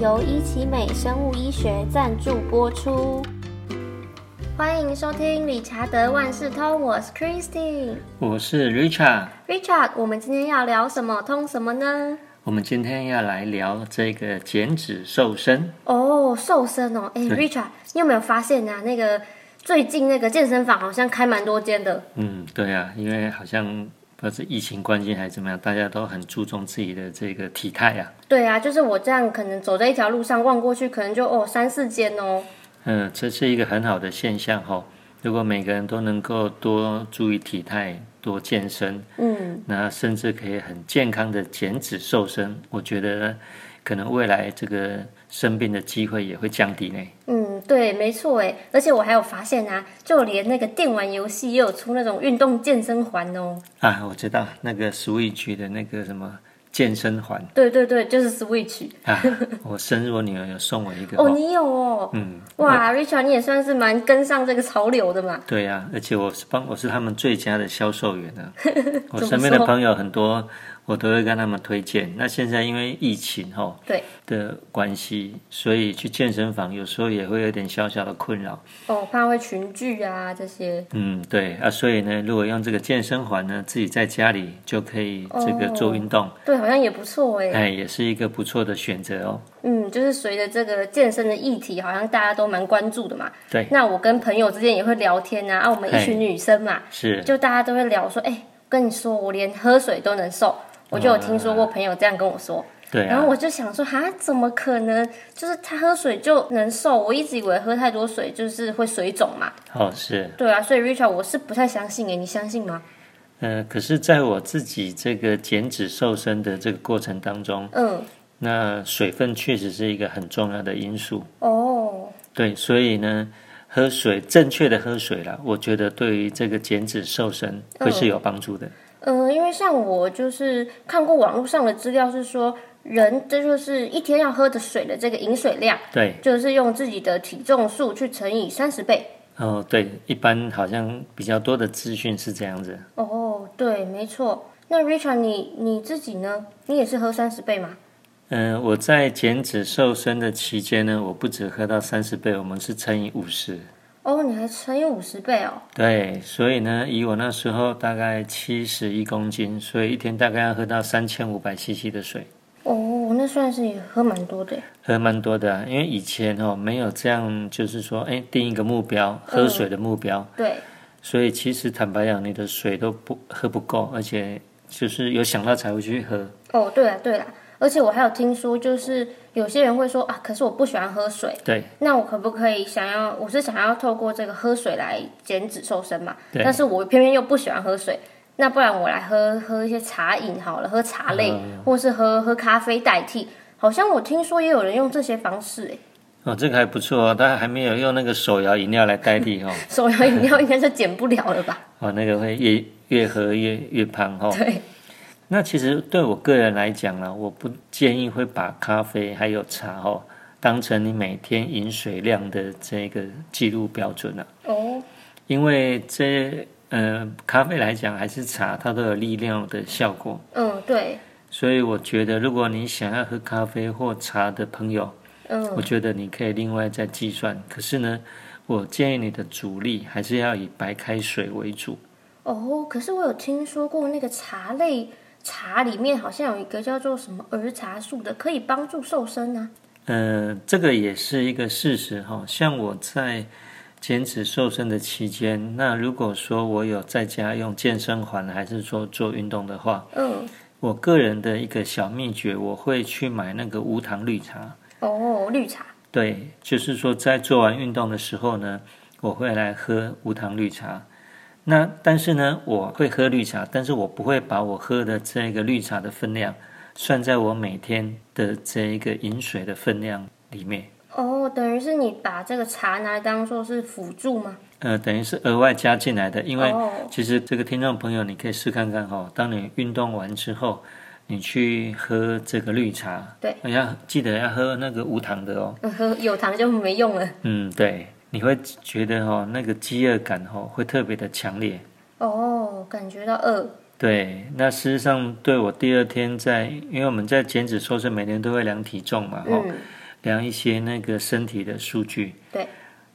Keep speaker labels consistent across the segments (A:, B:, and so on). A: 由伊奇美生物医学赞助播出。欢迎收听理查德万事通，我是 Christine。
B: 我是 Richard，
A: Richard，我们今天要聊什么通什么呢？
B: 我们今天要来聊这个减脂瘦身。
A: 哦，瘦身哦，哎，Richard，你有没有发现啊？那个最近那个健身房好像开蛮多间的，
B: 嗯，对啊，因为好像不知道是疫情关系还是怎么样，大家都很注重自己的这个体态啊。
A: 对啊，就是我这样可能走在一条路上望过去，可能就哦三四间哦。
B: 嗯，这是一个很好的现象哈、如果每个人都能够多注意体态，多健身，
A: 嗯，
B: 那甚至可以很健康的减脂瘦身，我觉得可能未来这个生病的机会也会降低呢。
A: 嗯，对，没错哎，而且我还有发现啊，就连那个电玩游戏也有出那种运动健身环哦。
B: 啊，我知道那个 Switch 的那个什么健身环。
A: 对对对，就是 Switch
B: 啊， 我生日我女儿有送我一个
A: 哦，
B: 哦
A: 你有哦。
B: 嗯，
A: 哇，Richard，你也算是蛮跟上这个潮流的嘛。
B: 对呀、而且我是帮我是他们最佳的销售员 啊，我
A: 怎么
B: 身边的
A: 说
B: 朋友很多，我都会跟他们推荐。那现在因为疫情吼
A: 对，
B: 的关系，所以去健身房有时候也会有点小小的困扰。
A: 哦，怕会群聚啊这些。
B: 嗯，对啊，所以呢，如果用这个健身环呢，自己在家里就可以这个做运动，
A: 哦对，好像也不错哎。
B: 哎，也是一个不错的选择哦。
A: 嗯，就是随着这个健身的议题，好像大家都蛮关注的嘛。
B: 对，
A: 那我跟朋友之间也会聊天啊，啊，我们一群女生嘛，
B: 是
A: 就大家都会聊说，哎、跟你说，我连喝水都能瘦，我就有听说过朋友这样跟我说。
B: 对
A: 然
B: 啊
A: 后，我就想说，哈，怎么可能？就是他喝水就能瘦？我一直以为喝太多水就是会水肿嘛。
B: 哦是。
A: 对啊，所以 Richard 我是不太相信诶，欸你相信吗？
B: 呃，可是在我自己这个减脂瘦身的这个过程当中，
A: 嗯，
B: 那水分确实是一个很重要的因素。
A: 哦，
B: 对，所以呢，喝水正确的喝水啦，我觉得对于这个减脂瘦身会是有帮助的。
A: 嗯，因为像我就是看过网络上的资料是说，人这就是一天要喝的水的这个饮水量，
B: 对，
A: 就是用自己的体重数去乘以三十倍。
B: 哦，对，一般好像比较多的资讯是这样子。
A: 哦，对，没错。那 Richard，你你自己呢？你也是喝三十倍吗？
B: 嗯、我在减脂瘦身的期间呢，我不止喝到三十倍，我们是乘以五十。
A: 哦，你还乘以五十倍哦。
B: 对，所以呢，以我那时候大概七十一公斤，所以一天大概要喝到三千五百 CC 的水，
A: 哦，那算是也喝蛮多的耶。
B: 喝蛮多的啊、因为以前哦没有这样，就是说，哎，定一个目标，喝水的目标，
A: 对，
B: 所以其实坦白讲，你的水都不喝不够，而且就是有想到才会去喝。
A: 哦，对了对了，而且我还有听说，就是有些人会说啊，可是我不喜欢喝水，
B: 对，
A: 那我可不可以想要？我是想要透过这个喝水来减脂瘦身嘛？
B: 对
A: 但是我偏偏又不喜欢喝水，那不然我来喝喝一些茶饮好了，喝茶类，
B: 嗯
A: 或是喝喝咖啡代替。好像我听说也有人用这些方式，哎，
B: 哦，这个还不错哦，但还没有用那个手摇饮料来代替哦，
A: 手摇饮料应该就减不了了吧？
B: 哦，那个会越越喝越越胖哦。
A: 对，
B: 那其实对我个人来讲呢，我不建议会把咖啡还有茶哦当成你每天饮水量的这个记录标准啊，
A: 哦，
B: 因为这呃咖啡来讲还是茶，它都有力量的效果，
A: 嗯，对，
B: 所以我觉得如果你想要喝咖啡或茶的朋友，
A: 嗯，
B: 我觉得你可以另外再计算。可是呢，我建议你的主力还是要以白开水为主。
A: 哦，可是我有听说过那个茶类茶里面好像有一个叫做什么儿茶素的，可以帮助瘦身啊。
B: 呃，这个也是一个事实哈、像我在减脂瘦身的期间，那如果说我有在家用健身环，还是说做运动的话，
A: 嗯，
B: 我个人的一个小秘诀，我会去买那个无糖绿茶。
A: 哦，绿茶，
B: 对，就是说在做完运动的时候呢，我会来喝无糖绿茶。那但是呢，我会喝绿茶，但是我不会把我喝的这个绿茶的分量算在我每天的这一个饮水的分量里面。
A: 哦，等于是你把这个茶拿来当做是辅助吗？
B: 呃，等于是额外加进来的，因为
A: 哦
B: 其实这个听众朋友，你可以试看看哈、哦。当你运动完之后，你去喝这个绿茶，
A: 对，
B: 要记得要喝那个无糖的哦。
A: 嗯喝有糖就没用了。
B: 嗯，对，你会觉得哦，那个饥饿感哦会特别的强烈。
A: 哦，感觉到饿。
B: 对，那事实上对我第二天在，因为我们在减脂瘦身，每天都会量体重嘛，哈、
A: 嗯，
B: 量一些那个身体的数据，
A: 对，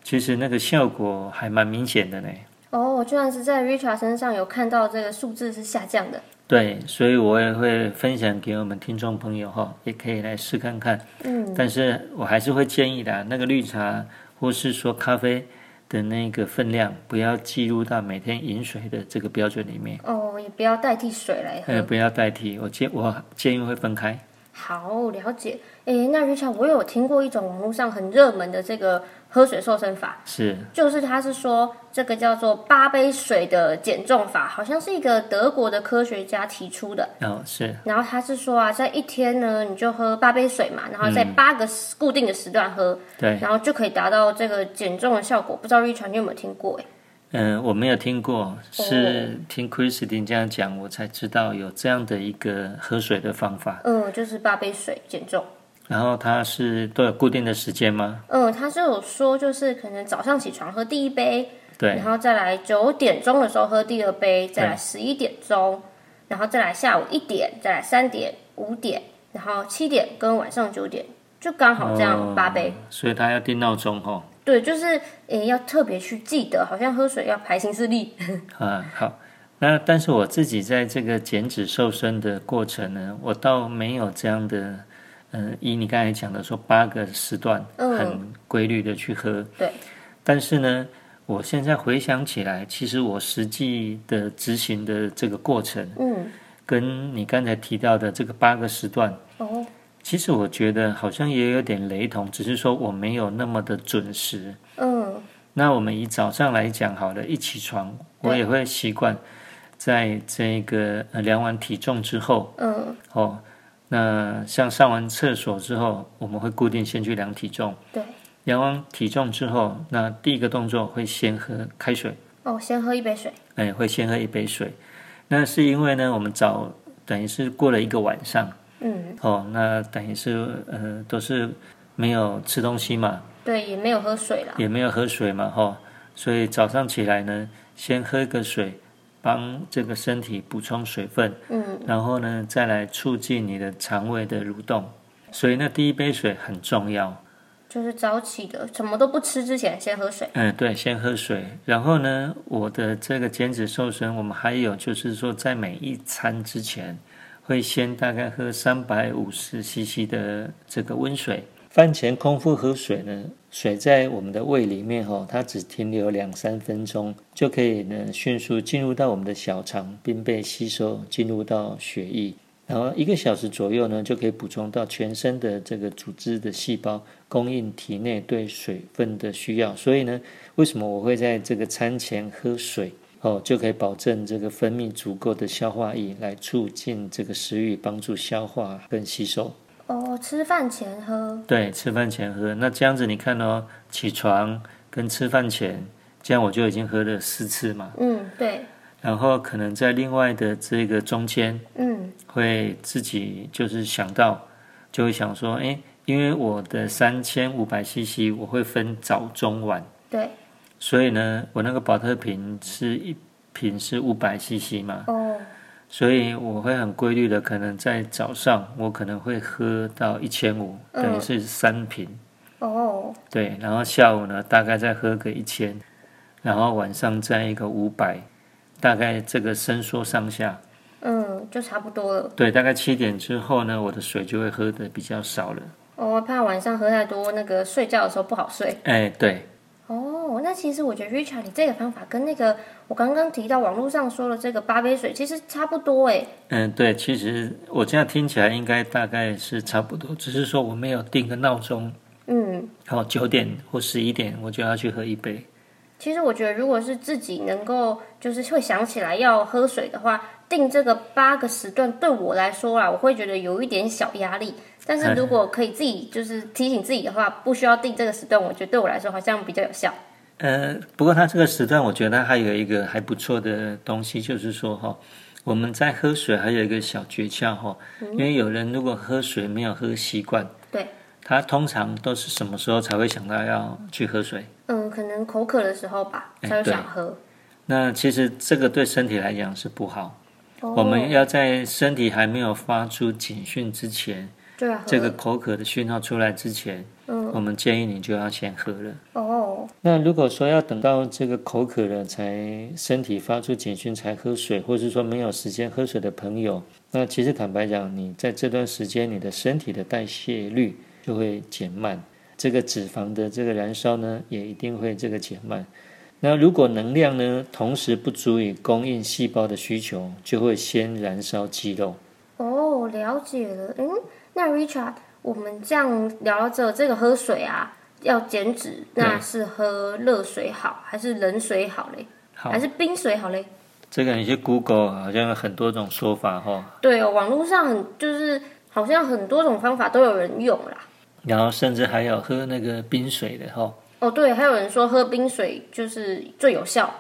B: 其实那个效果还蛮明显的呢。
A: 哦，我居然是在 Richard 身上有看到这个数字是下降的。
B: 对，所以我也会分享给我们听众朋友哈，也可以来试看看。
A: 嗯，
B: 但是我还是会建议的，那个绿茶或是说咖啡的那个分量，不要计入到每天饮水的这个标准里面，
A: 哦，也不要代替水来喝。
B: 呃，不要代替。我建我建议会分开。
A: 好，了解。诶，那 Richard，我有听过一种网络上很热门的这个喝水瘦身法，
B: 是，
A: 就是它是说这个叫做八杯水的减重法，好像是一个德国的科学家提出的。
B: 哦，是，
A: 然后他是说啊，在一天呢，你就喝八杯水嘛，然后在八个时固定的时段喝，
B: 对，
A: 然后就可以达到这个减重的效果。不知道 Richard 你有没有听过、诶
B: 嗯、我没有听过，是听 Christine 这样讲，我才知道有这样的一个喝水的方法。
A: 嗯，就是八杯水减重。
B: 然后它是都有固定的时间吗？
A: 嗯，他是有说，就是可能早上起床喝第一杯，
B: 对，
A: 然后再来九点钟的时候喝第二杯，再来十一点钟，然后再来下午一点，再来三点、五点，然后七点跟晚上九点，就刚好这样八杯。
B: 哦所以它要定闹钟哦。
A: 对，就是诶要特别去记得，好像喝水要排行事 历。
B: 啊，好。那但是我自己在这个减脂瘦身的过程呢，我倒没有这样的，嗯、依你刚才讲的说八个时段
A: 嗯
B: 很规律的去喝，
A: 对，
B: 但是呢，我现在回想起来，其实我实际的执行的这个过程，
A: 嗯，
B: 跟你刚才提到的这个八个时段，
A: 哦，
B: 其实我觉得好像也有点雷同，只是说我没有那么的准时。
A: 嗯，
B: 那我们以早上来讲好了，一起床我也会习惯，在这个呃量完体重之后，
A: 嗯，
B: 哦，那像上完厕所之后，我们会固定先去量体重，
A: 对，
B: 量完体重之后，那第一个动作会先喝开水，
A: 哦，先喝一杯水。
B: 哎，会先喝一杯水。那是因为呢，我们早等于是过了一个晚上，
A: 嗯，
B: 哦，那等于是呃都是没有吃东西嘛，
A: 对，也没有喝水啦。
B: 也没有喝水嘛，哈、所以早上起来呢，先喝个水，帮这个身体补充水分，
A: 嗯，
B: 然后呢，再来促进你的肠胃的蠕动。所以那第一杯水很重要，
A: 就是早起的，什么都不吃之前先喝水。
B: 嗯，对，先喝水。然后呢，我的这个减脂瘦身，我们还有就是说，在每一餐之前，会先大概喝三百五十 CC 的这个温水。饭前空腹喝水呢，水在我们的胃里面哈、它只停留两三分钟，就可以呢迅速进入到我们的小肠，并被吸收进入到血液。然后一个小时左右呢，就可以补充到全身的这个组织的细胞，供应体内对水分的需要。所以呢，为什么我会在这个餐前喝水？哦，就可以保证这个分泌足够的消化液，来促进这个食欲，帮助消化跟吸收。
A: 哦，吃饭前喝。
B: 对，吃饭前喝。那这样子，你看哦，起床跟吃饭前，这样我就已经喝了四次嘛。
A: 嗯，对，
B: 然后可能在另外的这个中间，
A: 嗯，
B: 会自己就是想到，就会想说，哎，因为我的三千五百 CC 我会分早中晚，
A: 对，
B: 所以呢，我那个保特瓶是一瓶是五百 CC 嘛，
A: 哦，
B: 所以我会很规律的，可能在早上我可能会喝到一千五，等于是三瓶。
A: 哦，
B: 对，然后下午呢，大概再喝个一千，然后晚上再一个五百，大概这个伸缩上下。
A: 嗯，就差不多了。
B: 对，大概七点之后呢，我的水就会喝的比较少了。
A: 我、哦、怕晚上喝太多，那个睡觉的时候不好睡。
B: 哎，对，
A: 哦，那其实我觉得 Richard 你这个方法跟那个我刚刚提到网络上说的这个八杯水其实差不多欸诶。
B: 嗯，对，其实我这样听起来应该大概是差不多，只是说我没有定个闹钟，
A: 嗯，
B: 然后九点或十一点我就要去喝一杯。
A: 其实我觉得如果是自己能够就是会想起来要喝水的话，定这个八个时段对我来说啊啦，我会觉得有一点小压力。但是如果可以自己就是提醒自己的话，不需要定这个时段，我觉得对我来说好像比较有效。
B: 呃，不过它这个时段，我觉得它还有一个还不错的东西，就是说哈、我们在喝水还有一个小诀窍哈、
A: 嗯
B: 因为有人如果喝水没有喝习惯，
A: 对，
B: 他通常都是什么时候才会想到要去喝水？
A: 嗯，可能口渴的时候吧，
B: 哎
A: 才会想喝。
B: 那其实这个对身体来讲是不好。
A: 哦
B: 我们要在身体还没有发出警讯之前，
A: 对啊，
B: 这个口渴的讯号出来之前，
A: 嗯
B: 我们建议你就要先喝了。
A: 哦，
B: 那如果说要等到这个口渴了才身体发出警讯才喝水，或是说没有时间喝水的朋友，那其实坦白讲，你在这段时间你的身体的代谢率就会减慢，这个脂肪的这个燃烧呢也一定会这个减慢。那如果能量呢同时不足以供应细胞的需求，就会先燃烧肌肉。
A: 哦，了解了。嗯，那 Richard，我们这样聊到这，这个喝水啊，要减脂，那是喝热水好，还是冷水好嘞？
B: 好
A: 还，是冰水好嘞？
B: 这个你去 Google 好像有很多种说法哈、
A: 对哦，网络上很就是好像很多种方法都有人用啦。
B: 然后甚至还有喝那个冰水的哈、
A: 哦，对，还有人说喝冰水就是最有效。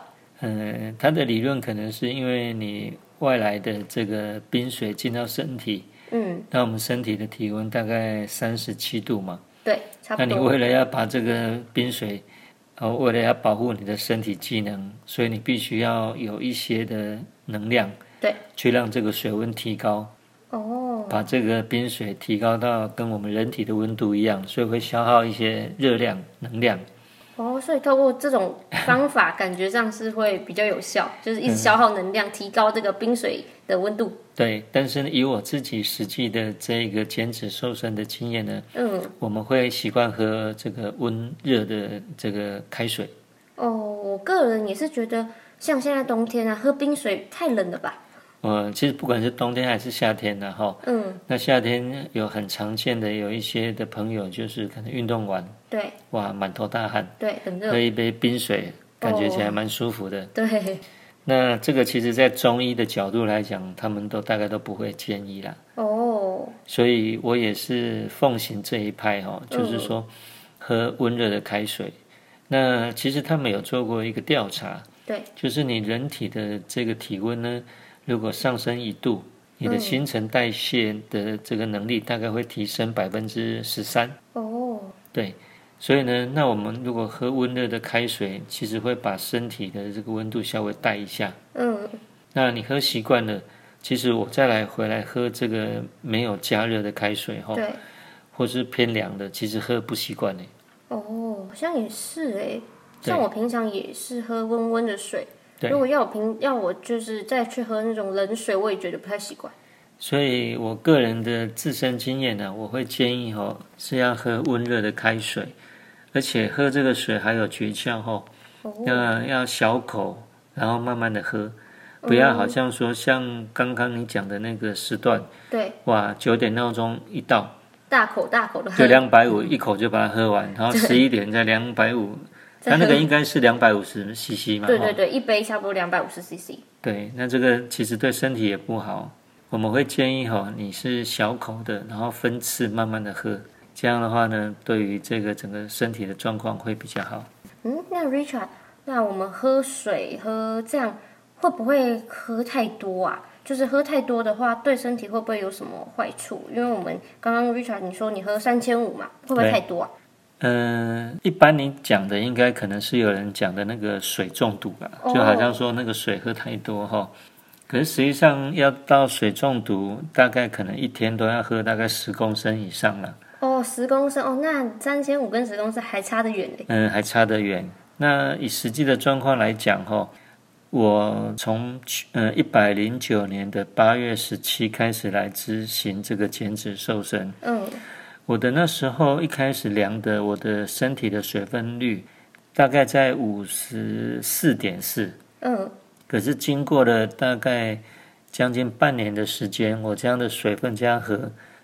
B: 嗯，它的理论可能是因为你外来的这个冰水进到身体，
A: 嗯，
B: 那我们身体的体温大概三十七度嘛，
A: 对，差
B: 那
A: 不
B: 你
A: 多。
B: 为了要把这个冰水，呃，为了要保护你的身体机能，所以你必须要有一些的能量，
A: 对，
B: 去让这个水温提高，
A: 哦，
B: 把这个冰水提高到跟我们人体的温度一样，所以会消耗一些热量、能量。
A: 哦，所以透过这种方法，感觉上是会比较有 效，就是一直消耗能量，提高这个冰水的温度。
B: 对，但是以我自己实际的这个减脂瘦身的经验呢，
A: 嗯，
B: 我们会习惯喝这个温热的这个开水，
A: 哦，我个人也是觉得，像现在冬天啊，喝冰水太冷了吧？
B: 呃，其实不管是冬天还是夏天呢，哈，
A: 嗯，
B: 那夏天有很常见的有一些的朋友就是可能运动完，
A: 对
B: 哇，满头大汗，
A: 对，很热， 哦
B: 喝一杯冰水，感觉起来蛮舒服的。
A: 对，
B: 那这个其实，在中医的角度来讲，他们都大概都不会建议啦。
A: 哦，
B: 所以我也是奉行这一派
A: 嗯
B: 哈、哦，就是说喝温热的开水。那其实他们有做过一个调查，
A: 对，
B: 就是你人体的这个体温呢，如果上升一度，你
A: 嗯
B: 的新陈代谢的这个能力大概会提升百分之十三。
A: 哦，
B: 对，所以呢，那我们如果喝温热的开水，其实会把身体的这个温度稍微带一下。
A: 嗯，
B: 那你喝习惯了，其实我再来回来喝这个没有加热的开水哈、
A: 对，
B: 或是偏凉的，其实喝不习惯呢。
A: 哦，好像也是哎，
B: 对
A: 像我平常也是喝温温的水，
B: 对
A: 如果要我平要我就是再去喝那种冷水，我也觉得不太习惯。
B: 所以我个人的自身经验呢、我会建议哈、是要喝温热的开水，而且喝这个水还有诀窍哈、
A: 哦，
B: 要要小口，然后慢慢的喝，不
A: 嗯
B: 要好像说像刚刚你讲的那个时段，
A: 对，
B: 哇，九点闹钟一到，
A: 大口大口的喝
B: 就，两百 五一口就把它喝完，然后十一点再两百五，
A: 再
B: 它
A: 喝
B: 那个应该是两百五十 CC 嘛，
A: 对
B: 哈
A: 对对，一杯差不多两百五十 CC。
B: 对，那这个其实对身体也不好。我们会建议哈、你是小口的，然后分次慢慢的喝，这样的话呢，对于这个整个身体的状况会比较好。
A: 嗯，那 Richard，那我们喝水喝这样会不会喝太多啊？就是喝太多的话，对身体会不会有什么坏处？因为我们刚刚 Richard 你说你喝三千五嘛，会不会
B: 对
A: 太多啊？
B: 嗯、一般你讲的应该可能是有人讲的那个水中毒吧，
A: 哦
B: 就好像说那个水喝太多哈、可是实际上要到水中毒，大概可能一天都要喝大概十公升以上了。
A: 哦，十公升哦，那三千五跟十公升还差得远嘞。
B: 嗯，还差得远。那以实际的状况来讲，哈，我从去呃一百零九年的八月十七开始来执行这个减脂瘦身。
A: 嗯，
B: 我的那时候一开始量的我的身体的水分率大概在五十四点四，
A: 嗯，
B: 可是经过了大概将近半年的时间，我这样的水分加和，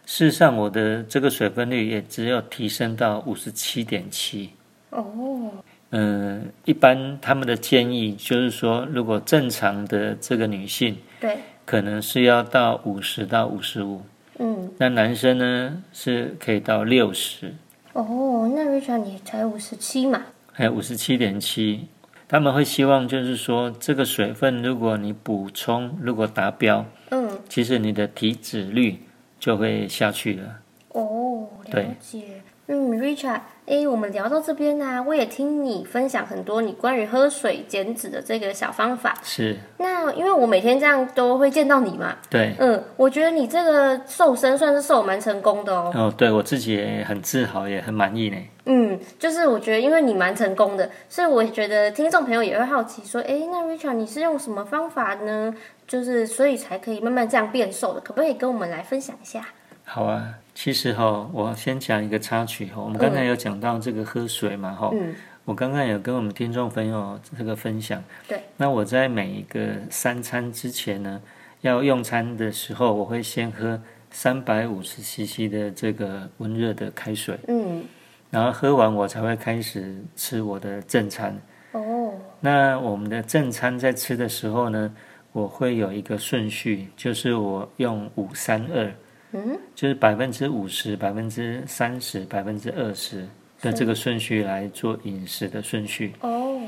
B: 事实上我的这个水分率也只有提升到五十七点七。
A: 哦，
B: 嗯，一般他们的建议就是说，如果正常的这个女性，
A: 对，
B: 可能是要到五十到五十五，
A: 嗯，
B: 那男生呢是可以到六十，
A: 哦，那 Richard 你才五十七嘛？
B: 还有五十七点七。他们会希望就是说，这个水分如果你补充，如果达标，
A: 嗯，
B: 其实你的体脂率就会下去了。
A: 哦，了
B: 对
A: 解。嗯，Richard，诶，我们聊到这边呢、我也听你分享很多你关于喝水减脂的这个小方法。
B: 是
A: 那因为我每天这样都会见到你嘛，
B: 对。
A: 嗯，我觉得你这个瘦身算是瘦蛮成功的哦。
B: 哦，对我自己也很自豪，也很满意呢。
A: 嗯，就是我觉得因为你蛮成功的，所以我也觉得听众朋友也会好奇说，诶，那 Richard 你是用什么方法呢？就是所以才可以慢慢这样变瘦的，可不可以跟我们来分享一下？
B: 好啊，其实哈、我先讲一个插曲哈、我们刚才有讲到这个喝水嘛哈、
A: 嗯
B: 我刚刚有跟我们听众朋友这个分享，
A: 对，
B: 那我在每一个三餐之前呢，要用餐的时候，我会先喝三百五十 CC 的这个温热的开水，
A: 嗯，
B: 然后喝完我才会开始吃我的正餐。
A: 哦，
B: 那我们的正餐在吃的时候呢，我会有一个顺序，就是我用五三二，
A: 嗯，
B: 就是百分之五十、百分之三十、百分之二十的这个顺序来做饮食的顺序。
A: 哦，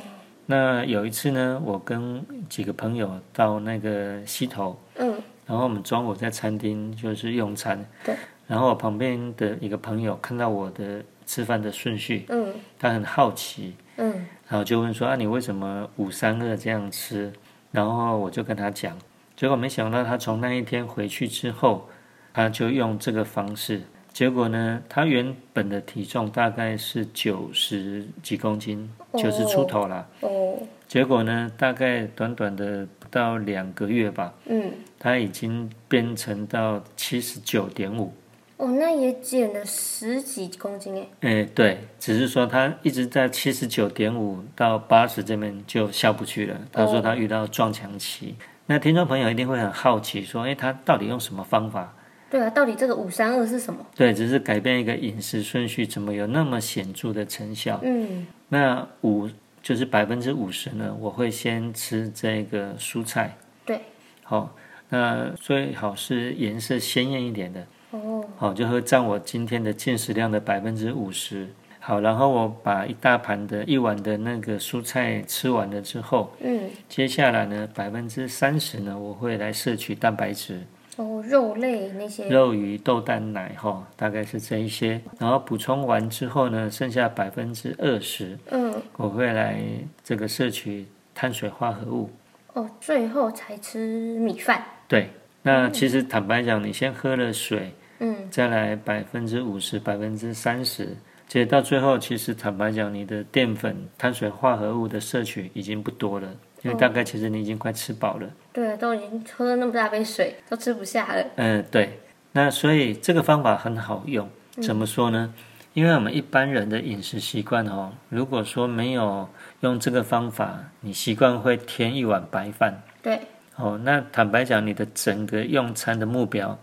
B: 那有一次呢，我跟几个朋友到那个溪头，
A: 嗯，
B: 然后我们中午在餐厅就是用餐，
A: 对，
B: 然后我旁边的一个朋友看到我的吃饭的顺序，
A: 嗯，
B: 他很好奇，
A: 嗯，
B: 然后就问说啊，你为什么五三二这样吃？然后我就跟他讲，结果没想到他从那一天回去之后，他就用这个方式。结果呢，他原本的体重大概是九十几公斤，
A: 哦
B: 九十出头啦。
A: 哦，
B: 结果呢，大概短短的不到两个月吧，
A: 嗯，
B: 他已经变成到七十九点五。
A: 哦，那也减了十几公斤诶。
B: 哎，对，只是说他一直在七十九点五到八十这边就下不去了。他说他遇到撞墙期。那听众朋友一定会很好奇，说，哎，他到底用什么方法？
A: 对啊，到底这个五三二是什么？
B: 对，只是改变一个饮食顺序，怎么有那么显著的成效？
A: 嗯，
B: 那五就是百分之五十呢，我会先吃这个蔬菜，
A: 对，
B: 好、那最好是颜色鲜艳一点的，
A: 哦，
B: 好，就会占我今天的进食量的百分之五十。好，然后我把一大盘的一碗的那个蔬菜吃完了之后，
A: 嗯，
B: 接下来呢，百分之三十呢，我会来摄取蛋白质，
A: 哦，肉类那些，
B: 肉、鱼、豆、蛋、奶，哈、大概是这一些。然后补充完之后呢，剩下百分之二十，
A: 嗯，
B: 我会来这个摄取碳水化合物。
A: 哦，最后才吃米饭。
B: 对，那其实坦白讲，你先喝了水，
A: 嗯，
B: 再来百分之五十、百分之三十，其实到最后，其实坦白讲，你的淀粉、碳水化合物的摄取已经不多了，因为大概其实你已经快吃饱了。
A: 对啊，都已经喝了那么大杯水，都吃不下了。
B: 嗯、对。那所以这个方法很好用，怎么说呢？因为我们一般人的饮食习惯哦，如果说没有用这个方法，你习惯会添一碗白饭。
A: 对，
B: 哦，那坦白讲，你的整个用餐的目标，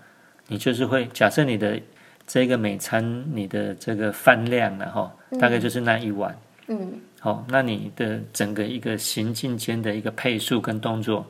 B: 你就是会假设你的这个每餐你的这个饭量然后大概就是那一碗。
A: 嗯，
B: 哦，那你的整个一个行进间的一个配速跟动作，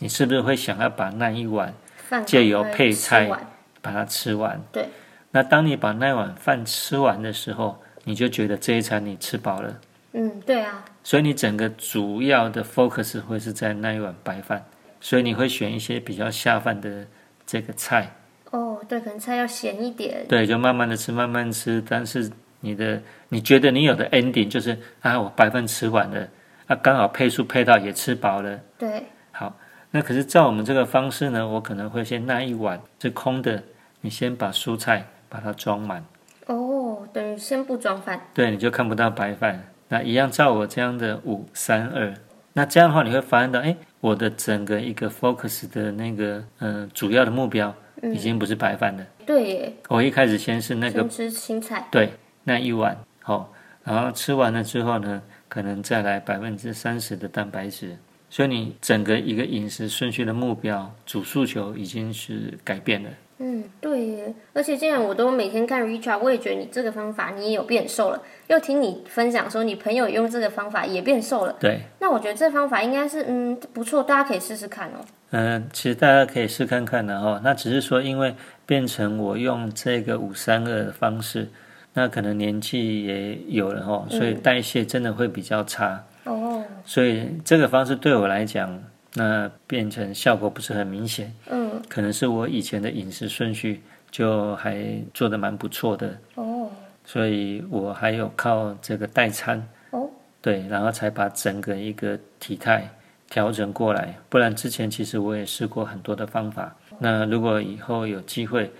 B: 你是不是会想要把那一碗
A: 饭
B: 借由
A: 赶快
B: 配
A: 吃
B: 菜
A: 完
B: 把它吃完？
A: 对。
B: 那当你把那碗饭吃完的时候，你就觉得这一餐你吃饱了，
A: 嗯，对啊，
B: 所以你整个主要的 focus 会是在那一碗白饭，所以你会选一些比较下饭的这个菜，
A: 哦，对，可能菜要咸一点。
B: 对，就慢慢的吃，慢慢吃。但是你的你觉得你有的 ending 就是啊，我白饭吃完了，啊，刚好配速配到也吃饱了。
A: 对，
B: 好，那可是照我们这个方式呢，我可能会先那一碗是空的，你先把蔬菜把它装满，
A: 哦，等于先不装饭。
B: 对，你就看不到白饭。那一样照我这样的五三二，那这样的话你会发现到，哎，我的整个一个 focus 的那个呃主要的目标已经不是白饭了。
A: 对耶，
B: 我一开始先是那个
A: 先吃青菜。
B: 对那一碗，好、然后吃完了之后呢，可能再来百分之三十的蛋白质。所以你整个一个饮食顺序的目标主诉求已经是改变了。
A: 嗯，对耶，而且既然我都每天看 Richard，我也觉得你这个方法你也有变瘦了，又听你分享说你朋友用这个方法也变瘦了，
B: 对，
A: 那我觉得这方法应该是嗯不错，大家可以试试看哦。
B: 嗯、其实大家可以试看看的哦。那只是说，因为变成我用这个五三二的方式，那可能年纪也有了哦，所以代谢真的会比较差。
A: 哦，
B: 所以这个方式对我来讲，那变成效果不是很明显。
A: 嗯，
B: 可能是我以前的饮食顺序就还做得蛮不错的，
A: 哦，
B: 所以我还有靠这个代餐，
A: 哦，
B: 对，然后才把整个一个体态调整过来。不然之前其实我也试过很多的方法。那如果以后有机会，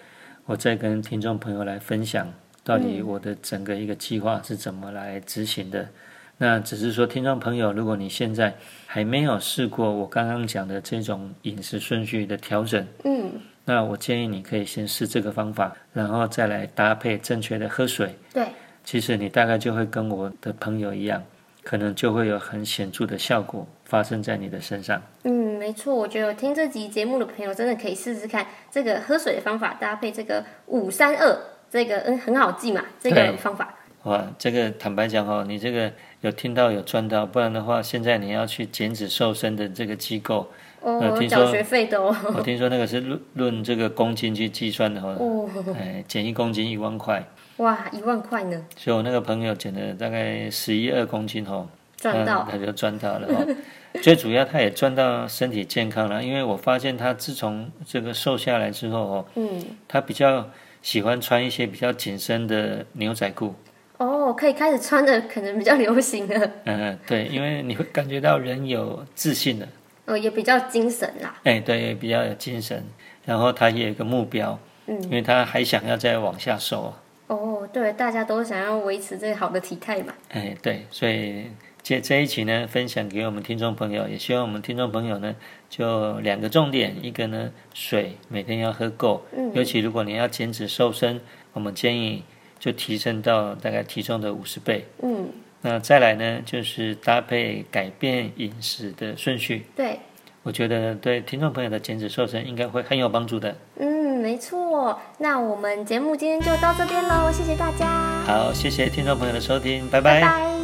B: 我再跟听众朋友来分享，到底我的整个一个计划是怎么来执行的。那只是说，听众朋友，如果你现在还没有试过我刚刚讲的这种饮食顺序的调整，
A: 嗯，
B: 那我建议你可以先试这个方法，然后再来搭配正确的喝水。
A: 对，
B: 其实你大概就会跟我的朋友一样，可能就会有很显著的效果发生在你的身上。
A: 嗯，没错，我觉得有听这集节目的朋友真的可以试试看这个喝水的方法，搭配这个五三二这个嗯很好记嘛，这个
B: 对
A: 方法。
B: 哇，这个坦白讲哦，你这个有听到有赚到，不然的话，现在你要去减脂瘦身的这个机构，
A: 哦，
B: 呃
A: 我
B: 听
A: 缴
B: 说
A: 学费的哦。
B: 我听说那个是论论这个公斤去计算的哦，
A: 哦，
B: 哎，减一公斤一万块，
A: 哇，一万块呢，
B: 所以我那个朋友减了大概十一二公斤哦，
A: 赚到。
B: 他他就赚到了、哦。 最主要，他也赚到身体健康了，因为我发现他自从这个瘦下来之后哦，
A: 嗯，
B: 他比较喜欢穿一些比较紧身的牛 仔裤。
A: 哦，可以开始穿的可能比较流行了，
B: 嗯、对，因为你会感觉到人有自信了，
A: 哦，也比较精神啦。
B: 哎，对，也比较有精神。然后他也有一个目标，
A: 嗯，
B: 因为他还想要再往下瘦。
A: 哦，对，大家都想要维持这个好的体态嘛。
B: 哎，对，所以这这一期呢，分享给我们听众朋友，也希望我们听众朋友呢，就两个重点，一个呢，水每天要喝够，
A: 嗯
B: 尤其如果你要减脂瘦身，我们建议就提升到大概体重的五十倍。
A: 嗯，
B: 那再来呢，就是搭配改变饮食的顺序，
A: 对，
B: 我觉得对听众朋友的减脂瘦身应该会很有帮助的。
A: 嗯，没错。那我们节目今天就到这边喽，谢谢大家，
B: 好，谢谢听众朋友的收听，拜
A: 拜拜